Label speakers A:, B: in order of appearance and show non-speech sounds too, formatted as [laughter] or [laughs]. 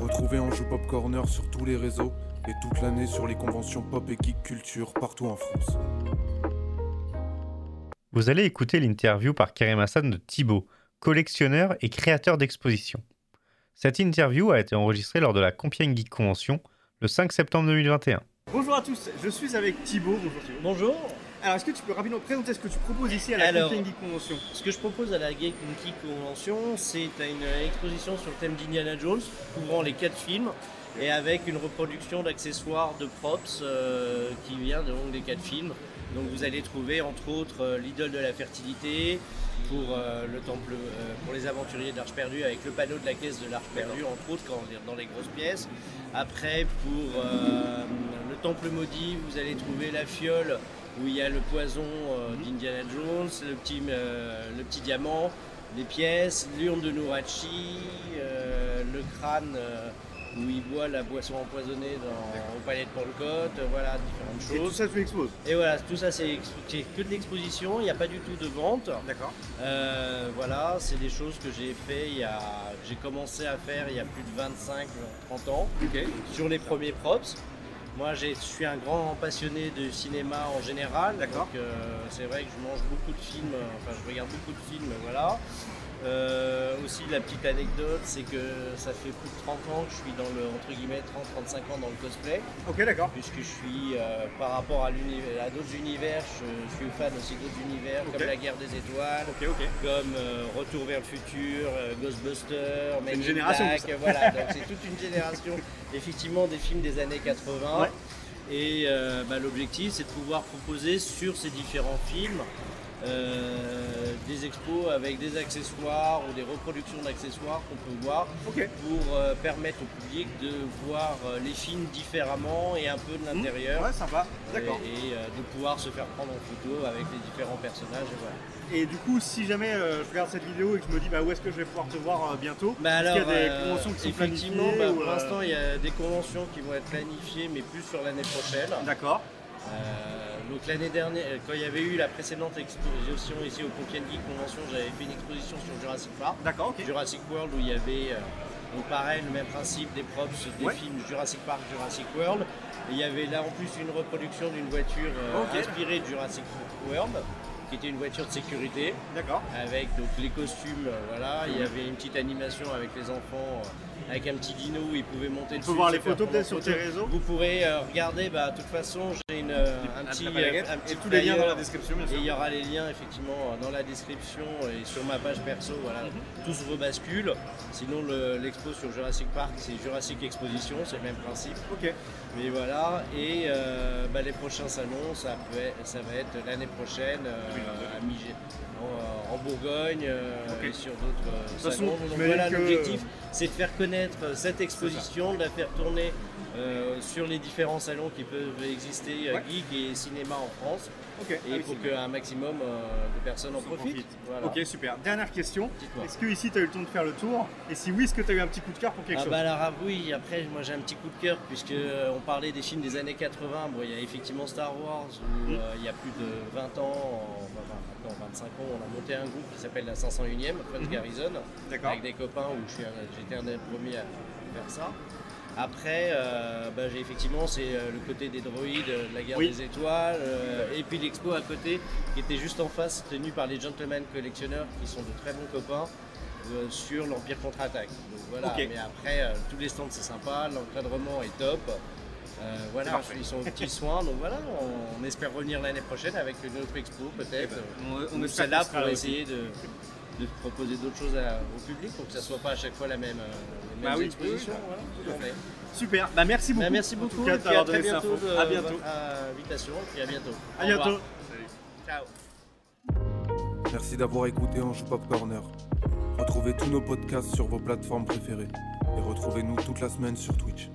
A: Retrouvez Anjou Pop Corner sur tous les réseaux et toute l'année sur les conventions pop et geek culture partout en France.
B: Vous allez écouter l'interview par Kerem Hassan de Thibaut, collectionneur et créateur d'expositions. Cette interview a été enregistrée lors de la Compiègne Geek Convention le 5 septembre 2021.
C: Bonjour à tous, je suis avec Thibaut. Bonjour Thibaut.
D: Bonjour.
C: Alors, est-ce que tu peux rapidement présenter ce que tu proposes ici à la
D: Alors,
C: Compiègne Geek Convention
D: Ce que je propose à la Geek Geek Convention, c'est une exposition sur le thème d'Indiana Jones, couvrant les quatre films, et avec une reproduction d'accessoires de props euh, qui vient de, donc, des quatre films. Donc vous allez trouver entre autres euh, l'idole de la fertilité pour euh, le temple euh, pour les aventuriers de l'Arche perdue avec le panneau de la caisse de l'Arche perdue entre autres quand, dans les grosses pièces. Après pour euh, le temple maudit, vous allez trouver la fiole où il y a le poison euh, d'Indiana Jones, le petit, euh, le petit diamant, les pièces, l'urne de Nourachi, euh, le crâne euh, où il boit la boisson empoisonnée dans, au palais de Pentecôte, euh, voilà
C: Et
D: différentes
C: tout
D: choses.
C: ça, tu l'exposes.
D: Et voilà, tout ça c'est ex- c'est que de l'exposition, il n'y a pas du tout de vente.
C: D'accord.
D: Euh, voilà, c'est des choses que j'ai fait il y a, que j'ai commencé à faire il y a plus de 25, 30 ans
C: Ok.
D: sur les premiers props. Moi, j'ai- je suis un grand passionné de cinéma en général.
C: D'accord.
D: Donc, euh, c'est vrai que je mange beaucoup de films, euh, enfin, je regarde beaucoup de films, voilà. Euh, aussi, la petite anecdote, c'est que ça fait plus de 30 ans que je suis dans le, entre guillemets, 30-35 ans dans le cosplay,
C: Ok, d'accord.
D: puisque je suis, euh, par rapport à, l'univers- à d'autres univers, je, je suis fan aussi d'autres univers,
C: Ok.
D: comme La Guerre des Étoiles,
C: Ok, ok.
D: comme euh, Retour vers le futur, euh, Ghostbusters, Men
C: une
D: in
C: génération,
D: Black,
C: tout ça.
D: euh, voilà, donc c'est toute une génération [laughs] effectivement des films des années 80.
C: Ouais.
D: Et euh, bah, l'objectif c'est de pouvoir proposer sur ces différents films euh, des expos avec des accessoires ou des reproductions d'accessoires qu'on peut voir
C: Ok.
D: pour euh, permettre au public de voir euh, les films différemment et un peu de l'intérieur.
C: Mmh. Ouais, sympa.
D: Et-
C: D'accord.
D: Et, euh, de pouvoir se faire prendre en photo avec les différents personnages. et voilà.
C: Et du coup, si jamais euh, je regarde cette vidéo et que je me dis bah, où est-ce que je vais pouvoir te voir euh, bientôt, est-ce
D: Bah alors,
C: qu'il y a des
D: euh,
C: conventions qui sont
D: effectivement,
C: planifiées
D: bah,
C: ou,
D: pour
C: euh,
D: l'instant, il y a des conventions qui vont être planifiées, mais plus sur l'année prochaine.
C: D'accord.
D: Euh, donc l'année dernière, euh, quand il y avait eu la précédente exposition ici au Compiègne Geek Convention, j'avais fait une exposition sur Jurassic Park,
C: D'accord, ok.
D: Jurassic World, où il y avait, euh, donc pareil, le même principe des props des
C: Ouais.
D: films Jurassic Park, Jurassic World. Et il y avait là en plus une reproduction d'une voiture euh,
C: Ok.
D: inspirée de Jurassic World, qui était une voiture de sécurité
C: D'accord.
D: avec donc les costumes, euh, voilà, il y avait une petite animation avec les enfants, euh, avec un petit dino où ils pouvaient monter
C: On
D: dessus.
C: peut voir
D: se
C: les
D: faire
C: photos
D: prendre
C: peut-être
D: en
C: sur
D: photo.
C: tes réseaux.
D: Vous pourrez euh, regarder, bah, de toute façon j'ai une, euh, un, petit,
C: La baguette.
D: euh, un petit
C: et tous les liens dans la
D: flyer.
C: description, bien
D: Et il
C: sûr.
D: y aura les liens effectivement euh, dans la description et sur ma page perso, voilà, tout se rebascule. Sinon le- l'expo sur Jurassic Park, c'est Jurassic Exposition, c'est le même principe.
C: Ok.
D: Mais voilà, et euh, bah, les prochains salons, ça, peut être- ça va être l'année prochaine euh, à Migé- en, en Bourgogne euh,
C: Ok.
D: et sur d'autres euh,
C: toute façon,
D: salons. Donc
C: j'imagine
D: voilà,
C: que-
D: l'objectif, c'est de faire connaître euh, cette exposition, de la faire tourner euh, sur les différents salons qui peuvent exister, euh,
C: Ouais.
D: geek et cinéma en France,
C: Ok. Ah
D: et
C: oui,
D: pour
C: c'est
D: qu'un maximum euh, de personnes en
C: S'en
D: profitent.
C: profitent.
D: Voilà.
C: Ok, super. Dernière question.
D: Dites-moi.
C: Est-ce que ici tu as eu le temps de faire le tour Et si oui, est-ce que tu as eu un petit coup de cœur pour quelque
D: Ah
C: chose
D: bah alors ah oui, après moi j'ai un petit coup de cœur puisque euh, on parlait des films des années 80, bon il y a effectivement Star Wars où
C: Mm.
D: euh, il y a plus de 20 ans, en- enfin, maintenant 25 ans, on a monté un groupe qui s'appelle la 501e, French
C: Mhm.
D: Garrison,
C: D'accord.
D: avec des copains où je suis un- j'étais un des premiers à faire ça. Après, euh, bah, j'ai effectivement c'est euh, le côté des droïdes, euh, de la guerre
C: Oui.
D: des étoiles, euh, et puis l'expo à côté qui était juste en face, tenue par les gentlemen collectionneurs qui sont de très bons copains euh, sur l'Empire contre-attaque. Donc voilà,
C: Ok.
D: mais après euh, tous les stands c'est sympa, l'encadrement est top. Euh,
C: C'est
D: voilà,
C: parfait.
D: ils sont aux
C: [laughs]
D: petits soins, donc voilà, on, on espère revenir l'année prochaine avec une autre expo peut-être.
C: Eh ben, On,
D: Ou
C: espère
D: celle-là
C: qu'on sera
D: pour
C: là aussi.
D: essayer de, de proposer d'autres choses à- au public pour que ça soit pas à chaque fois la même, euh, les
C: Bah
D: mêmes
C: oui,
D: expositions.
C: oui, oui,
D: voilà.
C: tout à fait.
D: Ouais.
C: Super. Bah merci beaucoup.
D: Bah, merci
C: en tout
D: beaucoup
C: cas,
D: et
C: de
D: puis à
C: t'avoir
D: très
C: donné ces
D: bientôt
C: infos.
D: de
C: À bientôt.
D: votre invitation et à bientôt.
C: À
D: Au
C: bientôt.
D: revoir. Ciao.
A: Merci d'avoir écouté Anjou Pop Corner. Retrouvez tous nos podcasts sur vos plateformes préférées et retrouvez-nous toute la semaine sur Twitch.